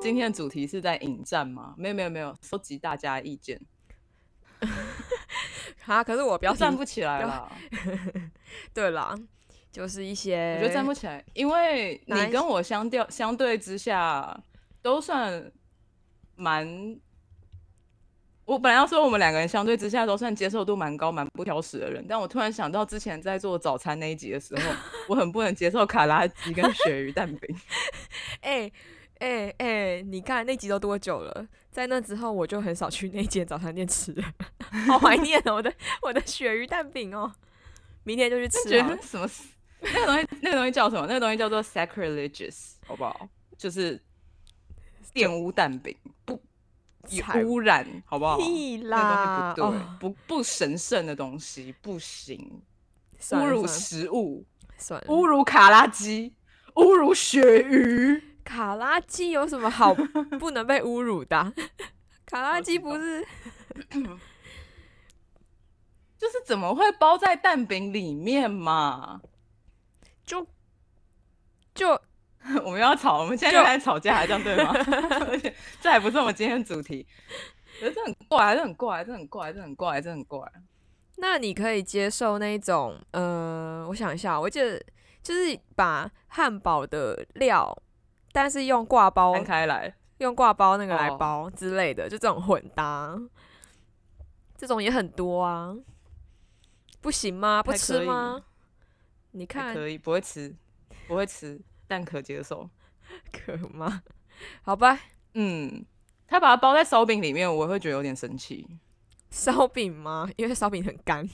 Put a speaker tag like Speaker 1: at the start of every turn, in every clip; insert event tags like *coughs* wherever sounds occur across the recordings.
Speaker 1: 今天的主题是在引战吗？没有没有没有，收集大家的意见，
Speaker 2: 啊，可是我标题
Speaker 1: 站不起来了。
Speaker 2: 对啦，就是一些
Speaker 1: 我觉得站不起来，因为你
Speaker 2: 哪一
Speaker 1: 跟我相调相对之下，都算蛮。我本来要说我们两个人相对之下都算接受度蛮高、蛮不挑食的人，但我突然想到之前在做早餐那一集的时候，我很不能接受卡拉鸡跟鳕鱼蛋饼。
Speaker 2: 哎哎哎，你看那集都多久了？在那之后我就很少去那间早餐店吃了，好怀念哦，我的我的鳕鱼蛋饼哦，明天就去
Speaker 1: *laughs* 那
Speaker 2: 吃
Speaker 1: 觉
Speaker 2: 好了
Speaker 1: 得。什么？那个东西，那个东西叫什么？那个东西叫做 sacrilegious，好不好？就是玷污蛋饼，不有
Speaker 2: 踩
Speaker 1: 污染，好不好？
Speaker 2: 屁
Speaker 1: 那
Speaker 2: 啦！
Speaker 1: 东西不对，
Speaker 2: 哦
Speaker 1: 不不神圣的东西不行，
Speaker 2: 算
Speaker 1: 侮
Speaker 2: 了
Speaker 1: 辱
Speaker 2: 算了
Speaker 1: 食物，
Speaker 2: 算了，
Speaker 1: 侮辱卡拉鸡，侮辱鳕鱼。
Speaker 2: 卡拉鸡有什么好不能被侮辱的啊、 *laughs* 卡拉鸡不是
Speaker 1: 就是怎么会包在蛋饼里面嘛？
Speaker 2: 就就
Speaker 1: 我们要吵，我们现在
Speaker 2: 就
Speaker 1: 就开始吵架，这样对
Speaker 2: *laughs*
Speaker 1: 吗？而且这还不是我们今天的主题，可是这很怪，啊这很怪，这很怪，这很怪，啊这很怪。
Speaker 2: 那你可以接受那一种，呃，我想一下，我记得就是把汉堡的料，但是用挂包
Speaker 1: 摊开来，
Speaker 2: 用挂包那个来
Speaker 1: 哦
Speaker 2: 包之类的，就这种混搭，这种也很多啊，不行吗？不
Speaker 1: 还
Speaker 2: 吃
Speaker 1: 可以
Speaker 2: 吗？你
Speaker 1: 还
Speaker 2: 看
Speaker 1: 可以，不会吃，不会吃，但可接受。
Speaker 2: *laughs* 可吗？好吧，
Speaker 1: 嗯，他把它包在烧饼里面，我会觉得有点生
Speaker 2: *laughs*
Speaker 1: 气。
Speaker 2: 烧饼吗？因为烧饼很干。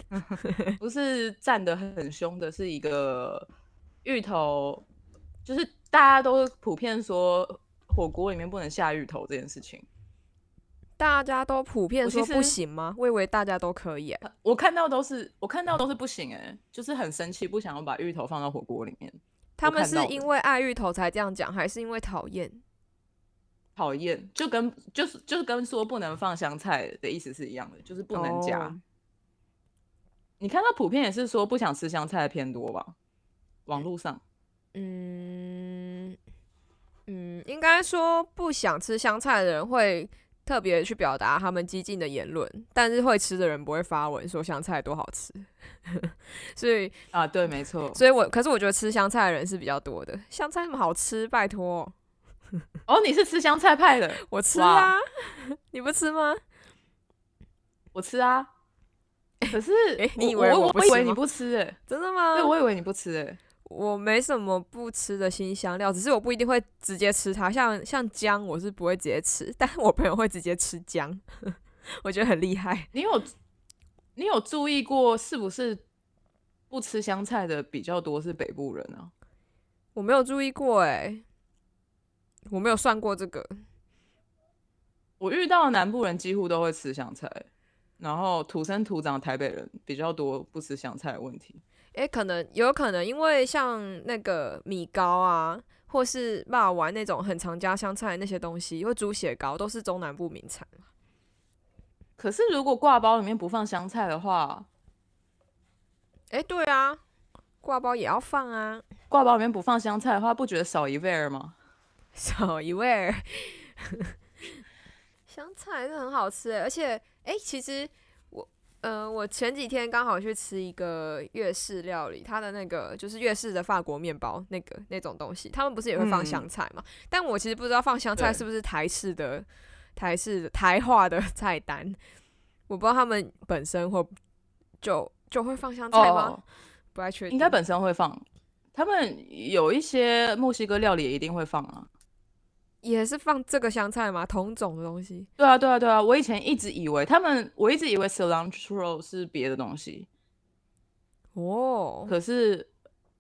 Speaker 1: 不是站得很凶的，是一个芋头，就是大家都普遍说火锅里面不能下芋头这件事情。
Speaker 2: 大家都普遍
Speaker 1: 我
Speaker 2: 说
Speaker 1: 其实呃
Speaker 2: 不行吗？我以为大家都可以欸、
Speaker 1: 我看到都是，我看到都是不行哎、就是很生气，不想要把芋头放到火锅里面，
Speaker 2: 他们
Speaker 1: 看
Speaker 2: 是
Speaker 1: 到的
Speaker 2: 因为爱芋头才这样讲，还是因为讨厌？
Speaker 1: 讨厌，就跟就是就是跟说不能放香菜的意思是一样的，就是不能加。
Speaker 2: 哦
Speaker 1: 你看到普遍也是说不想吃香菜的偏多吧？网络上
Speaker 2: 嗯嗯，应该说不想吃香菜的人会特别去表达他们激进的言论，但是会吃的人不会发文说香菜多好吃。 *laughs* 所以，
Speaker 1: 啊，对，没错。
Speaker 2: 所以我可是我觉得吃香菜的人是比较多的。香菜那么好吃，拜托
Speaker 1: 哦，你是吃香菜派的，
Speaker 2: 我吃
Speaker 1: 哇
Speaker 2: 啊， *laughs* 你不吃吗？
Speaker 1: 我吃啊。可是
Speaker 2: 诶你
Speaker 1: 我
Speaker 2: 以为
Speaker 1: 我
Speaker 2: 我不
Speaker 1: 我以
Speaker 2: 吃
Speaker 1: 为你
Speaker 2: 吗
Speaker 1: 不吃哎、
Speaker 2: 真的吗？
Speaker 1: 对，我以为你不吃哎、
Speaker 2: 我没什么不吃的新香料，只是我不一定会直接吃它。像像姜，我是不会直接吃，但我朋友会直接吃姜， *laughs* 我觉得很厉害。
Speaker 1: 你有你有注意过是不是不吃香菜的比较多是北部人啊？
Speaker 2: 我没有注意过哎、我没有算过这个。
Speaker 1: 我遇到的南部人几乎都会吃香菜，然后土生土长的台北人比较多不吃香菜的问题。
Speaker 2: 诶、可能有可能，因为像那个米糕啊，或是霸丸那种很常加香菜的那些东西，或猪血糕，都是中南部名产。
Speaker 1: 可是如果挂包里面不放香菜的话，
Speaker 2: 诶、对啊，挂包也要放啊，
Speaker 1: 挂包里面不放香菜的话，不觉得少一味儿吗？
Speaker 2: 少一味儿。香菜是很好吃的，而且哎、诶其实我呃，我前几天刚好去吃一个粤式料理，它的那个就是粤式的法国面包那个那种东西，他们不是也会放
Speaker 1: 嗯
Speaker 2: 香菜嘛？但我其实不知道放香菜
Speaker 1: 对
Speaker 2: 是不是台式的台式的台化的菜单，我不知道他们本身会就就会放香菜吗？
Speaker 1: 哦
Speaker 2: 不太确定，
Speaker 1: 应该本身会放。他们有一些墨西哥料理也一定会放啊。
Speaker 2: 也是放这个香菜吗？同种的东西
Speaker 1: 对啊，对啊，对啊！我以前一直以为他们，我一直以为 cilantro 是别的东西，
Speaker 2: 哦，
Speaker 1: 可是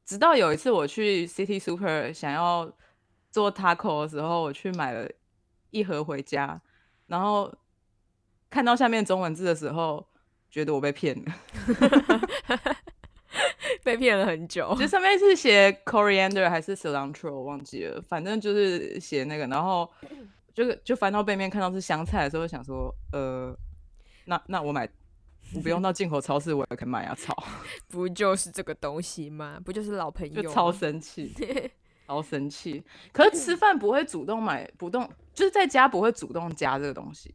Speaker 1: 直到有一次我去 City Super 想要做 taco 的时候，我去买了一盒回家，然后看到下面中文字的时候，觉得我被骗了。 *laughs*
Speaker 2: 被骗了很久。
Speaker 1: 就上面是写 coriander 还是 cilantro，我忘记了，反正就是写那个，然后就就翻到背面看到是香菜的时候，想说，呃，那那我买，我不用到进口超市，我也可以买啊，操，
Speaker 2: 不就是这个东西吗？不就是老朋友
Speaker 1: 就
Speaker 2: 吗？ *laughs*
Speaker 1: 超生气，超生气。可是吃饭不会主动买，不动就是在家不会主动加这个东西，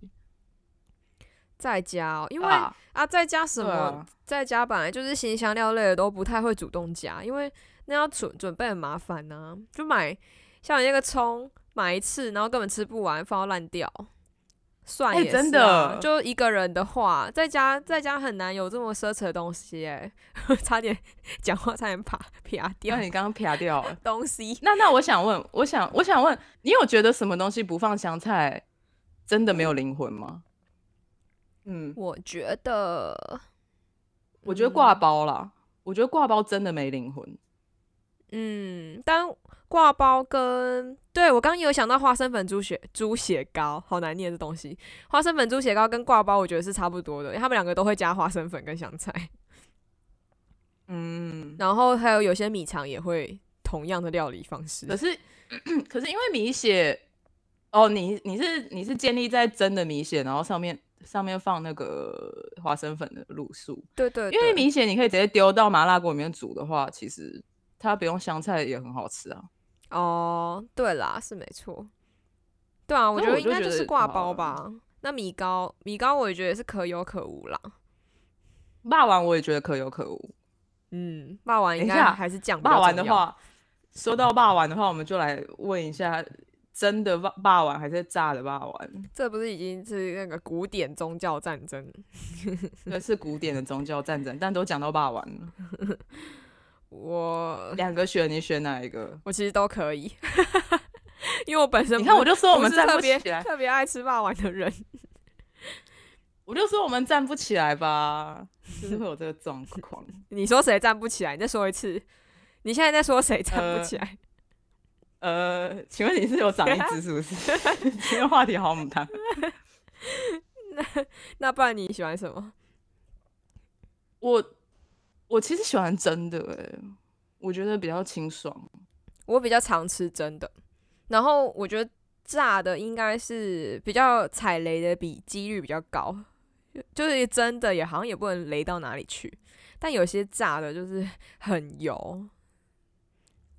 Speaker 2: 在家、哦，因为
Speaker 1: 吧？
Speaker 2: 啊，在家什
Speaker 1: 对
Speaker 2: 么
Speaker 1: 啊？
Speaker 2: 在家本来就是新香料类的都不太会主动加，因为那要准准备很麻烦呐、就买像你那个葱，买一次然后根本吃不完，放到烂掉。蒜
Speaker 1: 哎
Speaker 2: 也是啊、
Speaker 1: 真的
Speaker 2: 就一个人的话，在家在家很难有这么奢侈的东西哎、 *laughs* 差点讲话差 *laughs* 点啪啪
Speaker 1: 因
Speaker 2: 掉
Speaker 1: 为你刚刚啪掉
Speaker 2: *laughs*
Speaker 1: 了。
Speaker 2: 东西。
Speaker 1: 那那我想问，我想我想问，你有觉得什么东西不放香菜真的没有灵魂吗？嗯，
Speaker 2: 我觉得，
Speaker 1: 我觉得挂包啦，我觉得挂包真的没灵魂。
Speaker 2: 嗯，但挂包跟对我刚刚也有想到花生粉猪血猪血糕，好难念这东西。花生粉猪血糕跟挂包我觉得是差不多的，因为他们两个都会加花生粉跟香菜，
Speaker 1: 嗯，
Speaker 2: 然后还有有些米肠也会同样的料理方式
Speaker 1: 可。是可是因为米血，哦，你你是你是建立在真的米血，然后上面上面放那个花生粉的卤素，
Speaker 2: 对对
Speaker 1: 因为米血你可以直接丢到麻辣锅里面煮的话，其实它不用香菜也很好吃啊。
Speaker 2: 哦，对啦，是没错。对啊，我
Speaker 1: 可是
Speaker 2: 觉得
Speaker 1: 我
Speaker 2: 应
Speaker 1: 就
Speaker 2: 该
Speaker 1: 觉
Speaker 2: 就
Speaker 1: 得
Speaker 2: 是挂
Speaker 1: 好啊
Speaker 2: 包
Speaker 1: 了
Speaker 2: 吧。那米糕，米糕我也觉得是可有可无啦。
Speaker 1: 霸王我也觉得可有可无，
Speaker 2: 嗯，骂完
Speaker 1: 等
Speaker 2: 应
Speaker 1: 一
Speaker 2: 该
Speaker 1: 下
Speaker 2: 还是酱比
Speaker 1: 霸
Speaker 2: 较
Speaker 1: 王
Speaker 2: 重
Speaker 1: 的
Speaker 2: 要，
Speaker 1: 话，说到霸王的话，我们就来问一下，真的霸霸王还是炸的霸
Speaker 2: *laughs*
Speaker 1: 王？
Speaker 2: 这不是已经是那个古典宗教战争了
Speaker 1: 这是古典的宗教战争，但都讲到霸王
Speaker 2: *laughs*
Speaker 1: 了，
Speaker 2: 我
Speaker 1: 两个选你选哪一个？
Speaker 2: 我其实都可以， *laughs* 因为我本身
Speaker 1: 你
Speaker 2: 不
Speaker 1: 看，
Speaker 2: 是
Speaker 1: 我就说我
Speaker 2: 不
Speaker 1: 们
Speaker 2: 是
Speaker 1: 站
Speaker 2: 特
Speaker 1: 不起
Speaker 2: 别
Speaker 1: 来，
Speaker 2: 特别爱吃霸王的人。
Speaker 1: 我就说我们站不起来 *laughs* 吧，就是会有这个状况。
Speaker 2: 你说谁站不起来？你再说一次。你现在在说谁站不起来？ *laughs*
Speaker 1: 呃，请问你是有长一 *laughs* 只是不是？今天话题好母汤。
Speaker 2: 那不然你喜欢什么？
Speaker 1: 我我其实喜欢真的、欸，我觉得比较清爽。
Speaker 2: 我比较常吃蒸的，然后我觉得炸的应该是比较踩雷的比几率比较高，就是真的也好像也不能雷到哪里去，但有些炸的就是很油，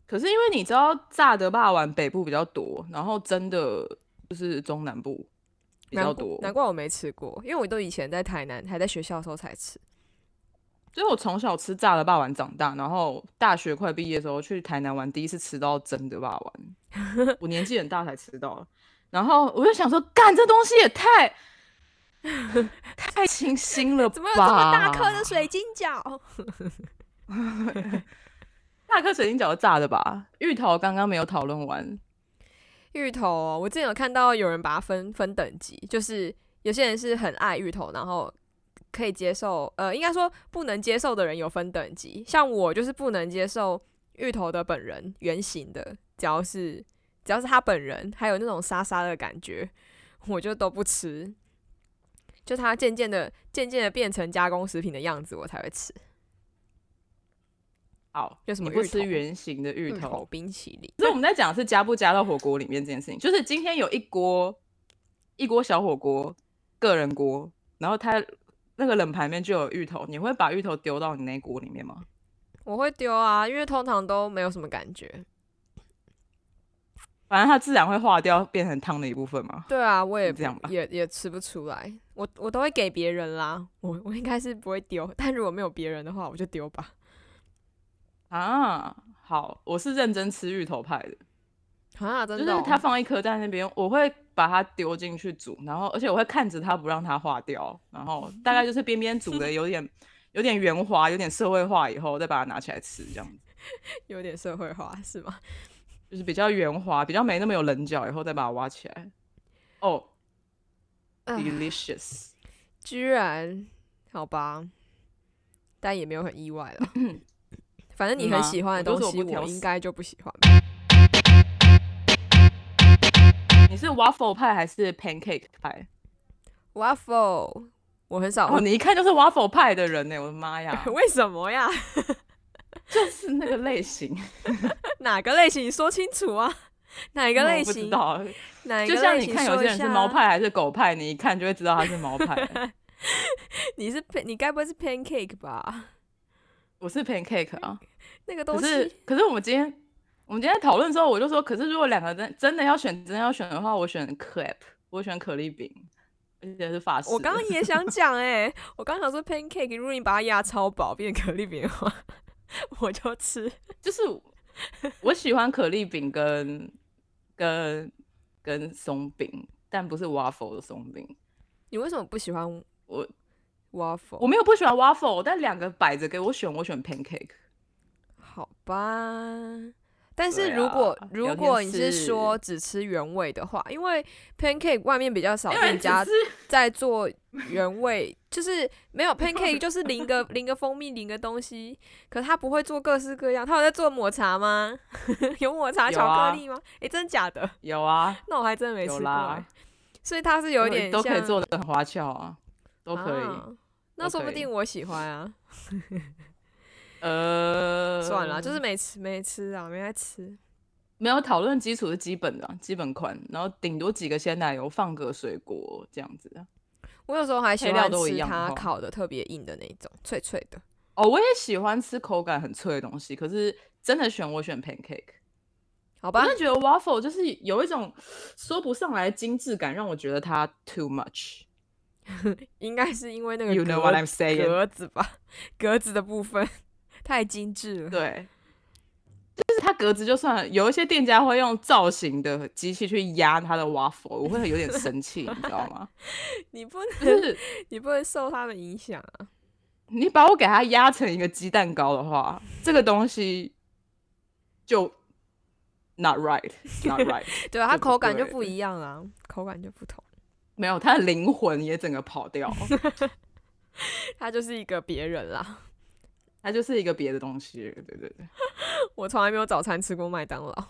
Speaker 1: 可是因为你知道炸的霸王北部比较多，然后真的就是中南部比较
Speaker 2: 难怪
Speaker 1: 多，
Speaker 2: 难怪我没吃过，因为我都以前在台南还在学校的时候才吃。
Speaker 1: 所以我从小吃炸的霸王长大，然后大学快毕业的时候去台南玩，第一次吃到真的霸王，我年纪很大才吃到了。然后我就想说，干这东西也太太清新了吧？
Speaker 2: *laughs* 怎么有这么大颗的水晶饺？
Speaker 1: 大颗水晶饺是炸的吧？芋头刚刚没有讨论完，
Speaker 2: 芋头哦、我之前有看到有人把它分分等级，就是有些人是很爱芋头，然后可以接受，呃，应该说不能接受的人有分等级。像我就是不能接受芋头的本人原型的，只要是只要是他本人，还有那种沙沙的感觉，我就都不吃。就它渐渐的、渐渐的变成加工食品的样子，我才会吃。
Speaker 1: 好，
Speaker 2: 有什么
Speaker 1: 你不
Speaker 2: 芋头
Speaker 1: 吃圆形的芋头？
Speaker 2: 冰淇淋，
Speaker 1: 所以我们在讲是加不加到火锅里面这件事情，就是今天有一锅一锅小火锅，个人锅，然后它那个冷盘面就有芋头，你会把芋头丢到你那锅里面吗？
Speaker 2: 我会丢啊，因为通常都没有什么感觉。
Speaker 1: 反正它自然会化掉，变成汤的一部分嘛。
Speaker 2: 对啊，我也
Speaker 1: 是这样
Speaker 2: 不
Speaker 1: 吧
Speaker 2: 也也吃不出来，我我都会给别人啦，我我应该是不会丢，但如果没有别人的话，我就丢吧。
Speaker 1: 啊，好，我是认真吃芋头派的，
Speaker 2: 啊，真
Speaker 1: 就
Speaker 2: 的哦、
Speaker 1: 是它放一颗在那边，我会把它丢进去煮，然后而且我会看着它不让它化掉，然后大概就是边边煮的有点有点圆滑，有点社会化以后，再把它拿起来吃这样子。
Speaker 2: 有点社会化是吗？
Speaker 1: 就是比较圆滑，比较没那么有棱角，以后再把它挖起来。哦、
Speaker 2: 啊
Speaker 1: d e l i c i o u s
Speaker 2: 居然好吧，但也没有很意外
Speaker 1: *laughs*
Speaker 2: 了。反正你
Speaker 1: 嗯
Speaker 2: 很
Speaker 1: 啊
Speaker 2: 喜欢的
Speaker 1: 我
Speaker 2: 东
Speaker 1: 就说
Speaker 2: 西，
Speaker 1: 我不挑
Speaker 2: 我
Speaker 1: 食
Speaker 2: 应该就不喜欢吧。
Speaker 1: 你是 waffle 派还是 pancake 派？
Speaker 2: Waffle，我很少。，
Speaker 1: 哦，你一看就是 waffle 派的人呢、我的妈呀
Speaker 2: *laughs* 为什么呀？
Speaker 1: *laughs* 就是那个类 *laughs* 型，
Speaker 2: 哪个类型？你说清楚啊！哪一个类
Speaker 1: 我不知
Speaker 2: 型？
Speaker 1: 道。
Speaker 2: 哪一个
Speaker 1: 就像
Speaker 2: 类
Speaker 1: 你
Speaker 2: 型
Speaker 1: 看有
Speaker 2: 说
Speaker 1: 些
Speaker 2: 一
Speaker 1: 人是
Speaker 2: 下
Speaker 1: 猫
Speaker 2: 啊
Speaker 1: 派还是狗派，你一看就会知道他是猫 *laughs* 派。
Speaker 2: 你是 pan- 你该不会是 pancake 吧？ *laughs*
Speaker 1: 我是 pancake 啊，
Speaker 2: 那个东
Speaker 1: 可
Speaker 2: 西
Speaker 1: 是可是我们今天我们今天在讨论的时候，我就说，可是如果两个真真的要选，真的要选的话，我选 crepe，我选可丽饼，而且是法式的。
Speaker 2: 我刚刚也想
Speaker 1: *laughs*
Speaker 2: 讲哎、我刚想说 pancake，如果你把它压超薄变可丽饼的话，我就吃。
Speaker 1: 就是我喜欢可丽饼跟跟跟松饼，但不是 waffle 的松饼。
Speaker 2: 你为什么不喜欢
Speaker 1: 我我
Speaker 2: waffle？
Speaker 1: 没有不喜欢 waffle，但两个摆着给我选，我选 pancake。
Speaker 2: 好吧，但是
Speaker 1: 对
Speaker 2: 如果、
Speaker 1: 啊
Speaker 2: 如
Speaker 1: 聊天
Speaker 2: 果你是
Speaker 1: 室
Speaker 2: 说只吃原味的话，因为 pancake 外面比较少
Speaker 1: 因为
Speaker 2: 店
Speaker 1: 只
Speaker 2: 家
Speaker 1: 是
Speaker 2: 在做原
Speaker 1: *laughs*
Speaker 2: 味，就是没有 pancake，就是淋个 *laughs* 淋个蜂蜜，淋个东西。可是他不会做各式各样，他有在做抹茶吗？ *laughs* 有抹茶
Speaker 1: 有
Speaker 2: 巧
Speaker 1: 啊
Speaker 2: 克力吗？诶，真假的？
Speaker 1: 有啊，
Speaker 2: 那我还真没
Speaker 1: 有
Speaker 2: 吃过、
Speaker 1: 啦
Speaker 2: 诶所以它是有一
Speaker 1: 因为
Speaker 2: 点
Speaker 1: 都可以
Speaker 2: 像
Speaker 1: 做的很花俏啊，都可以。
Speaker 2: 啊那
Speaker 1: 都
Speaker 2: 说不
Speaker 1: 可以
Speaker 2: 定我喜欢啊。
Speaker 1: 呃，
Speaker 2: 算了，就是没吃没吃啊，没在吃。
Speaker 1: 没有讨论基础是基本的啊、基本款，然后顶多几个鲜奶油，放个水果这样子啊。
Speaker 2: 我有时候还喜
Speaker 1: 配料
Speaker 2: 欢
Speaker 1: 都一
Speaker 2: 吃
Speaker 1: 样的
Speaker 2: 它
Speaker 1: 话
Speaker 2: 烤的特别硬的那一种，脆脆的。
Speaker 1: 哦，我也喜欢吃口感很脆的东西，可是真的选我选 pancake。
Speaker 2: 好
Speaker 1: 我
Speaker 2: 吧
Speaker 1: 真，的觉得 waffle 就是有一种说不上来的精致感，让我觉得它 too much。
Speaker 2: 应该是因为那个
Speaker 1: You know
Speaker 2: 格
Speaker 1: what I'm saying？
Speaker 2: 格子吧，格子的部分 *laughs* 太精致了。
Speaker 1: 对，就是它格子就算了有一些店家会用造型的机器去压它的 waffle，我会有点生气，你知道吗？
Speaker 2: 你不
Speaker 1: 就 *laughs*
Speaker 2: 能，
Speaker 1: 是
Speaker 2: 你不能受他们影响啊！
Speaker 1: 你把我给它压成一个鸡蛋糕的话，这个东西就 not
Speaker 2: *laughs*
Speaker 1: right，not right， *laughs*
Speaker 2: 对啊，它
Speaker 1: 对不
Speaker 2: 口感就
Speaker 1: 对
Speaker 2: 不一样啊，口感就不同，
Speaker 1: 没有，它的灵魂也整个跑掉，
Speaker 2: 它就是一个别人啦。 *laughs*
Speaker 1: 它就是一个别的东西了。对对对，
Speaker 2: 我从来没有早餐吃过麦当劳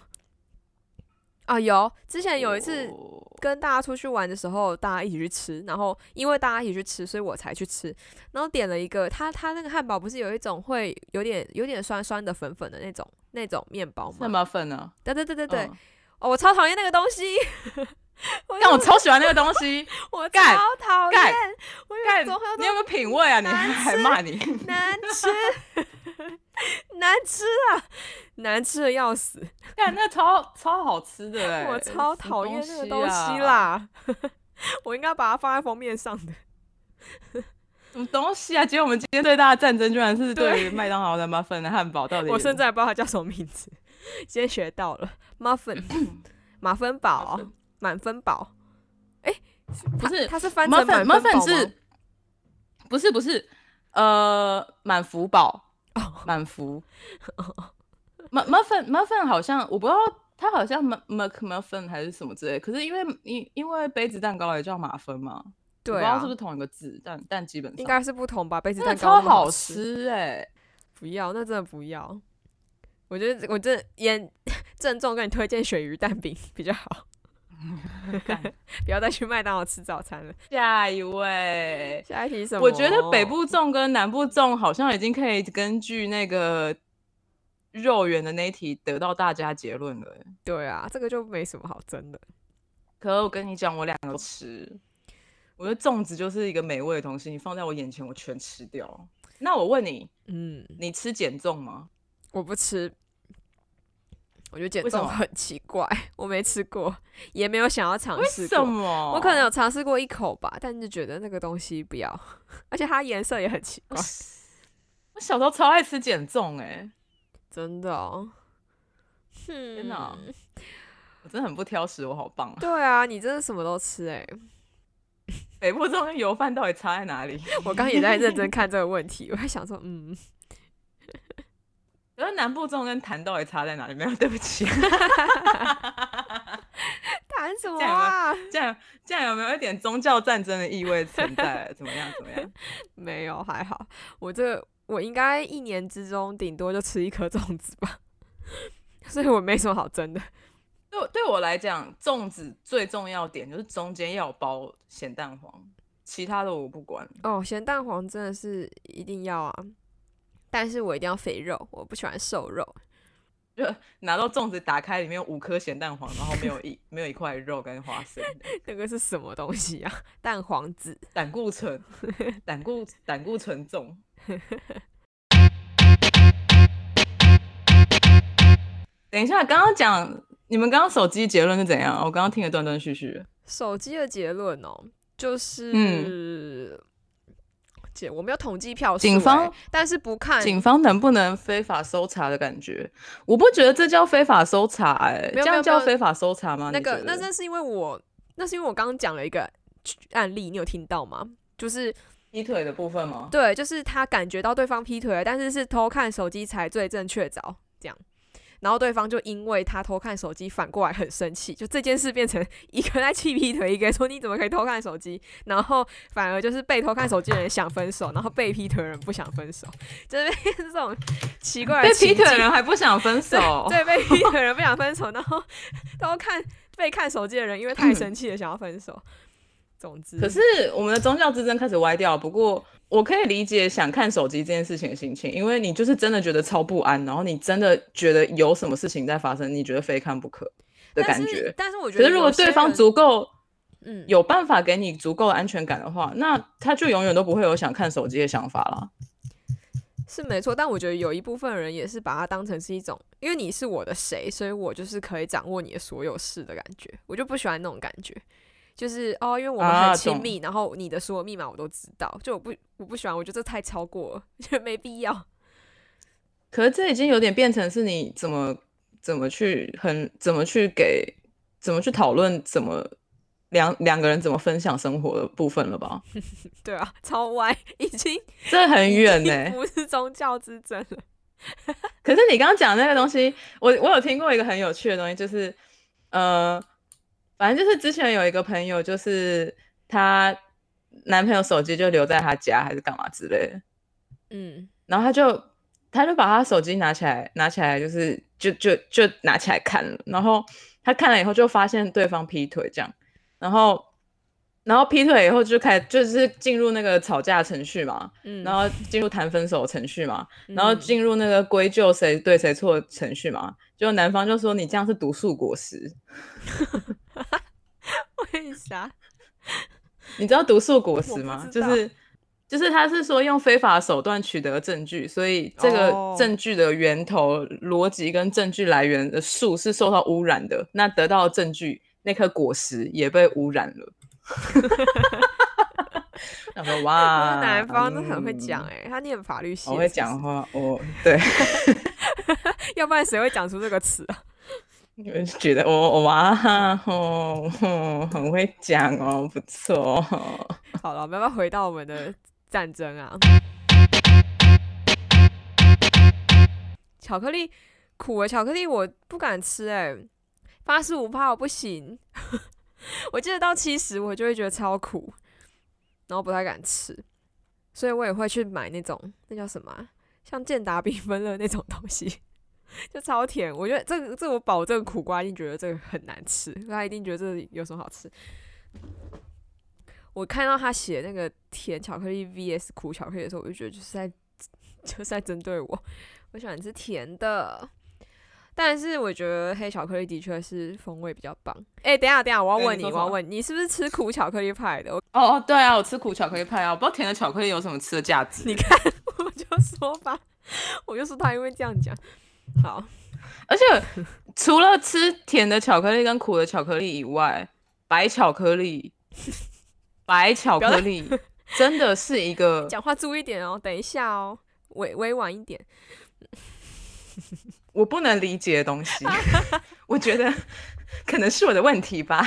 Speaker 2: 啊，有之前有一次
Speaker 1: 哦
Speaker 2: 跟大家出去玩的时候，大家一起去吃，然后因为大家一起去吃，所以我才去吃。然后点了一个，它它那个汉堡不是有一种会有点有点酸酸的、粉粉的那种那种面包
Speaker 1: 那
Speaker 2: 吗？
Speaker 1: 么粉呢？
Speaker 2: 对对对对对，
Speaker 1: 嗯
Speaker 2: 哦，我超讨厌那个东西， *laughs*
Speaker 1: 但我超喜欢那个东西，
Speaker 2: 我超
Speaker 1: 干
Speaker 2: 讨
Speaker 1: 干
Speaker 2: 厌，我有
Speaker 1: 干
Speaker 2: 怎么会有这
Speaker 1: 你
Speaker 2: 种
Speaker 1: 有没有品味啊？你
Speaker 2: 难
Speaker 1: 还
Speaker 2: 吃 *laughs*
Speaker 1: 骂你？
Speaker 2: 难吃，
Speaker 1: *laughs*
Speaker 2: 难吃啊，难吃的要死，
Speaker 1: 干那超超好吃的哎、
Speaker 2: 我超讨厌那
Speaker 1: 什么
Speaker 2: 个东西
Speaker 1: 啊，
Speaker 2: 啦。 *laughs* 我应该把它放在封面上的，
Speaker 1: 什么东西啊？结果我们今天最大的战争居然是
Speaker 2: 对
Speaker 1: 对于麦当劳的 muffin 的汉堡到底。
Speaker 2: 我甚至还不知道它叫什么名字，今天学到了
Speaker 1: *coughs*
Speaker 2: muffin 马芬堡
Speaker 1: 马芬
Speaker 2: 满分堡，哎、
Speaker 1: 不是
Speaker 2: 它它是翻成满
Speaker 1: muffin
Speaker 2: 分
Speaker 1: muffin
Speaker 2: 堡吗
Speaker 1: 是，不是不是呃满福堡
Speaker 2: 哦
Speaker 1: 满福，mu muffin muffin 好像我不知道。它好像 m m c muffin 还是什么之类，可是因为因因为杯子蛋糕也叫马芬嘛，我
Speaker 2: 对
Speaker 1: 不知道
Speaker 2: 啊
Speaker 1: 是不，是同一个字，但但基本上
Speaker 2: 应该是不同吧？杯子
Speaker 1: 真的
Speaker 2: 蛋糕
Speaker 1: 超
Speaker 2: 那么好欸
Speaker 1: 好，吃哎、
Speaker 2: 不要，那真的不要。我觉得我真的严郑重跟你推荐鳕鱼蛋饼 *laughs* 比
Speaker 1: *laughs*
Speaker 2: 较好。不要再去麦当劳吃早餐了。
Speaker 1: *laughs* 下一位，
Speaker 2: 下一题是什么？
Speaker 1: 我觉得北部粽跟南部粽好像已经可以根据那个肉圆的那一题得到大家结论了欸。
Speaker 2: 对啊，这个就没什么好争的。
Speaker 1: 可我跟你讲，我两个都吃，我觉得粽子就是一个美味的东西，你放在我眼前，我全吃掉。那我问你，
Speaker 2: 嗯，
Speaker 1: 你吃减重吗？
Speaker 2: 我不吃，我觉得减
Speaker 1: 为什
Speaker 2: 重
Speaker 1: 么
Speaker 2: 很奇怪，我没吃过，也没有想要尝
Speaker 1: 为
Speaker 2: 试
Speaker 1: 什
Speaker 2: 过。
Speaker 1: 么？
Speaker 2: 我可能有尝试过一口吧，但就觉得那个东西不要， *laughs* 而且它颜色也很奇怪，
Speaker 1: *laughs* 我小时候超爱吃减重、哎，
Speaker 2: 真的哦。嗯天
Speaker 1: 哪我真的很不挑食，我好棒、啊。
Speaker 2: *laughs* 对啊，你真的什么都吃哎、
Speaker 1: 北部粽跟油饭到底差在哪里？ *laughs*
Speaker 2: 我刚刚也在认真看这个问题，我还想说，嗯， *laughs*
Speaker 1: 可是南部粽跟痰到底差在哪里？没有，对不起。 *laughs*
Speaker 2: 谈什么
Speaker 1: 这样
Speaker 2: 啊？
Speaker 1: 这样这样有没有一点宗教战争的意味存在？怎么样？怎么样？
Speaker 2: *laughs* 没有，还好。我这个我应该一年之中顶多就吃一颗粽子吧， *laughs* 所以我没什么好争的。
Speaker 1: 对我对我来讲，粽子最重要点就是中间要有包咸蛋黄，其他的我不管。
Speaker 2: 哦，咸蛋黄真的是一定要啊，但是我一定要肥肉，我不喜欢瘦肉。 *laughs*
Speaker 1: 就拿到粽子打开，里面有五颗咸蛋黄，然后没有一没有一块肉跟花生，
Speaker 2: 那个是什么东西啊？ *laughs* 蛋黄子。
Speaker 1: 胆固醇，胆固胆固醇粽。等一下，刚刚讲你们刚刚手机结论是怎样？我刚刚听得断断续续的。
Speaker 2: 手机的结论哦，就是、姐，我没有统计票数、
Speaker 1: 嗯警方
Speaker 2: 欸但是不看
Speaker 1: 警方能不能非法搜查的感觉？我不觉得这叫非法搜查、哎，
Speaker 2: 没
Speaker 1: 这
Speaker 2: 有没有
Speaker 1: 样叫
Speaker 2: 没有
Speaker 1: 非法搜查吗？
Speaker 2: 那
Speaker 1: 啊你
Speaker 2: 个
Speaker 1: 觉，得
Speaker 2: 那那是因为我，那是因为我刚刚讲了一个案例，你有听到吗？就是
Speaker 1: 劈腿的部分吗？
Speaker 2: 对，就是他感觉到对方劈腿了，但是是偷看手机才罪证确凿，这样。然后对方就因为他偷看手机，反过来很生气，就这件事变成 *laughs* 一个在气劈腿，一个说你怎么可以偷看手机，然后反而就是被偷看手机的人想分手，然后被劈腿的人不想分手，就是变成这种奇怪的
Speaker 1: 被劈腿
Speaker 2: 情境
Speaker 1: 的人还不想分手，
Speaker 2: 对，被劈 *laughs* 腿的人不想分手，然后都看被看手机的人，因为太生气了想要分手。总之，
Speaker 1: 可是我们的宗教之争开始歪掉，不过我可以理解想看手机这件事情的心情，因为你就是真的觉得超不安，然后你真的觉得有什么事情在发生，你觉得非看不可的感觉。
Speaker 2: 但是我觉
Speaker 1: 可
Speaker 2: 得
Speaker 1: 是如果
Speaker 2: 有些
Speaker 1: 对方
Speaker 2: 人
Speaker 1: 足够
Speaker 2: 嗯
Speaker 1: 有办法给你足够的安全感的话，那他就永远都不会有想看手机的想法啦。
Speaker 2: 是没错，但我觉得有一部分人也是把它当成是一种，因为你是我的谁，所以我就是可以掌握你的所有事的感觉，我就不喜欢那种感觉。就是哦，因为我们
Speaker 1: 啊
Speaker 2: 很亲
Speaker 1: 懂
Speaker 2: 密，然后你的所有密码我都知道，就我不我不喜欢，我觉得这太超过了， *laughs* 就没必要。
Speaker 1: 可是这已经有点变成是你怎么怎么去很怎么去给怎么去讨论怎么两两个人怎么分享生活的部分了吧？
Speaker 2: 对啊，超歪，已经
Speaker 1: 这很远欸呢、
Speaker 2: 不是宗教之争了。
Speaker 1: 可是你刚刚讲的那个东西，我我有听过一个很有趣的东西，就是呃，反正就是之前有一个朋友，就是她男朋友手机就留在她家还是干嘛之类的，
Speaker 2: 嗯，
Speaker 1: 然后她就她就把她手机拿起来拿起来，就是就就就拿起来看了，然后她看了以后就发现对方劈腿这样，然后然后劈腿以后就开始就是进入那个吵架程序嘛，
Speaker 2: 嗯，
Speaker 1: 然后进入谈分手程序嘛，然后
Speaker 2: 嗯
Speaker 1: 进入那个归咎谁对谁错的程序嘛，就男方就说你这样是毒素果实，
Speaker 2: *laughs* 为啥？
Speaker 1: 你知道毒素果
Speaker 2: 我
Speaker 1: 实
Speaker 2: 不
Speaker 1: 吗？就
Speaker 2: 知道
Speaker 1: 是就是他是说用非法手段取得证据，所以这
Speaker 2: 哦
Speaker 1: 个证据的源头、逻辑跟证据来源的树是受到污染的，那得到的证据那颗果实也被污染了。 *laughs* 想说
Speaker 2: *laughs*
Speaker 1: 哇，
Speaker 2: 南方真的很会讲
Speaker 1: 啊嗯
Speaker 2: 哎、他念法律系，
Speaker 1: 我会讲，哦话，我对。
Speaker 2: *laughs* 要不然谁会讲出这个词啊？ *laughs*
Speaker 1: 你们觉得 *laughs* 我哇哦，哦很会讲哦，不错哦。
Speaker 2: 好了，我们要不要回到我们的战争啊？ *laughs* 巧克力苦的巧克力我不敢吃哎、八十五帕我不行， *laughs* 我记得到七十我就会觉得超苦，然后不太敢吃，所以我也会去买那种那叫什么啊、像健达缤纷乐那种东西， *laughs* 就超甜。我觉得这个这个我保证苦瓜一定觉得这个很难吃，他一定觉得这有什么好吃。我看到他写那个甜巧克力 VS 苦巧克力的时候，我就觉得就是在就是在针对我。我喜欢吃甜的，但是我觉得黑巧克力的确是风味比较棒。哎、等一下等一下，我
Speaker 1: 对
Speaker 2: 要问
Speaker 1: 你
Speaker 2: 你，
Speaker 1: 说什
Speaker 2: 我
Speaker 1: 么
Speaker 2: 要问你，你是不是吃苦巧克力派的？我
Speaker 1: 哦哦，对啊，我吃苦巧克力派啊，我不知道甜的巧克力有什么吃的价值。
Speaker 2: 你看，我 *laughs* 就说吧，我就说他因为这样讲。好，
Speaker 1: 而且除了吃甜的巧克力跟苦的巧克力以外，白巧克力，白巧
Speaker 2: 不要
Speaker 1: 克
Speaker 2: 再
Speaker 1: 力真的是一个
Speaker 2: 讲话注意点哦，等一下哦，委委婉一点。
Speaker 1: 我不能理解的东西。 *laughs* 我觉得可能是我的问题吧。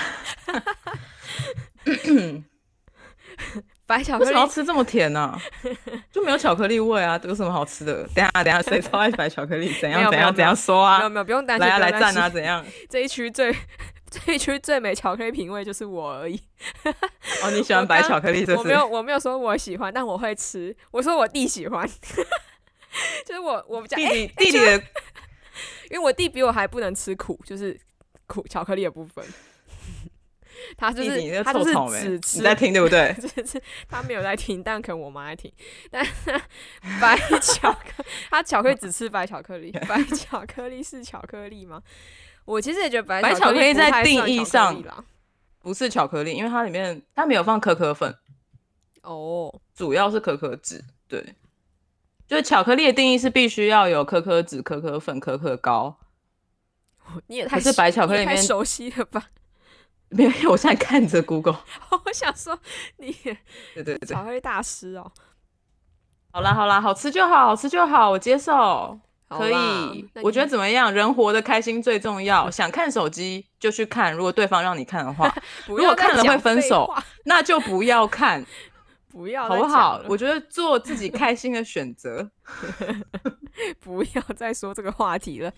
Speaker 2: 白巧
Speaker 1: 啊为
Speaker 2: 克
Speaker 1: 什
Speaker 2: 力
Speaker 1: 么要吃这么甜呢、
Speaker 2: *laughs*
Speaker 1: 就没有巧克力味啊，有什么好吃的？等一下等一下，
Speaker 2: *laughs*
Speaker 1: 谁超爱白巧克力？怎
Speaker 2: 没有
Speaker 1: 样怎
Speaker 2: 没
Speaker 1: 样
Speaker 2: 有没有
Speaker 1: 怎样说啊
Speaker 2: 没有？没有，不用担心，
Speaker 1: 来啊
Speaker 2: 不
Speaker 1: 来
Speaker 2: 用
Speaker 1: 赞
Speaker 2: 担心
Speaker 1: 啊，怎样？
Speaker 2: 这一区最 *laughs* 这一区最美巧克力品味就是我而已。
Speaker 1: 哦，你喜欢白
Speaker 2: 刚
Speaker 1: 巧克力是
Speaker 2: 我
Speaker 1: 不
Speaker 2: 没
Speaker 1: 是？
Speaker 2: 有我没有说我喜欢，但我会吃。我说我弟喜欢， *laughs* 就是我我比较、
Speaker 1: 弟
Speaker 2: 哎
Speaker 1: 弟弟弟的
Speaker 2: 因为我弟比我还不能吃苦，就是苦巧克力的部
Speaker 1: *laughs*
Speaker 2: 分。他就
Speaker 1: 弟
Speaker 2: 是
Speaker 1: 弟，你那
Speaker 2: 他
Speaker 1: 臭
Speaker 2: 就是
Speaker 1: 草莓，
Speaker 2: 只
Speaker 1: 你
Speaker 2: 吃
Speaker 1: 在听对不
Speaker 2: *laughs*
Speaker 1: 对？
Speaker 2: 就是他没有在听，但可能我妈在听。但白巧克，他巧克力只吃白巧克力，白巧克力是巧克力吗？我其实也觉得白
Speaker 1: 白
Speaker 2: 巧
Speaker 1: 巧克力
Speaker 2: 不
Speaker 1: 在
Speaker 2: 太
Speaker 1: 定
Speaker 2: 算
Speaker 1: 义
Speaker 2: 巧克
Speaker 1: 上
Speaker 2: 力啦
Speaker 1: 不是巧克力，因为它里面它没有放可可粉，
Speaker 2: 哦，
Speaker 1: 主要是可可脂。对，就是巧克力的定义是必须要有可可脂、可可粉、可可膏， *laughs*
Speaker 2: 你也
Speaker 1: 可
Speaker 2: 太
Speaker 1: 是白巧克力
Speaker 2: 你
Speaker 1: 里
Speaker 2: 也太
Speaker 1: 面
Speaker 2: 熟悉了吧？ *laughs*
Speaker 1: 没有，因为我现在看着 Google。
Speaker 2: 我想说你也
Speaker 1: 对 *laughs* 对对对，
Speaker 2: 巧克力大师哦、
Speaker 1: 好啦好啦，好吃就好，好吃就好，我接受，
Speaker 2: 好
Speaker 1: 可
Speaker 2: 啦
Speaker 1: 以
Speaker 2: 那。
Speaker 1: 我
Speaker 2: 你
Speaker 1: 觉得怎么样，人活得开心最重要。想看手机就去看，如果对方让你看的
Speaker 2: *laughs*
Speaker 1: 话，
Speaker 2: 不
Speaker 1: 如
Speaker 2: 要
Speaker 1: 果
Speaker 2: 再
Speaker 1: 看了
Speaker 2: 讲
Speaker 1: 会分
Speaker 2: 废
Speaker 1: 手
Speaker 2: 话，
Speaker 1: 那就不要
Speaker 2: *laughs*
Speaker 1: 看，
Speaker 2: 不要
Speaker 1: 好
Speaker 2: 再
Speaker 1: 不
Speaker 2: 讲
Speaker 1: 好
Speaker 2: 了？
Speaker 1: 我觉得做自己开心的选择。
Speaker 2: 不要再说这个话题了。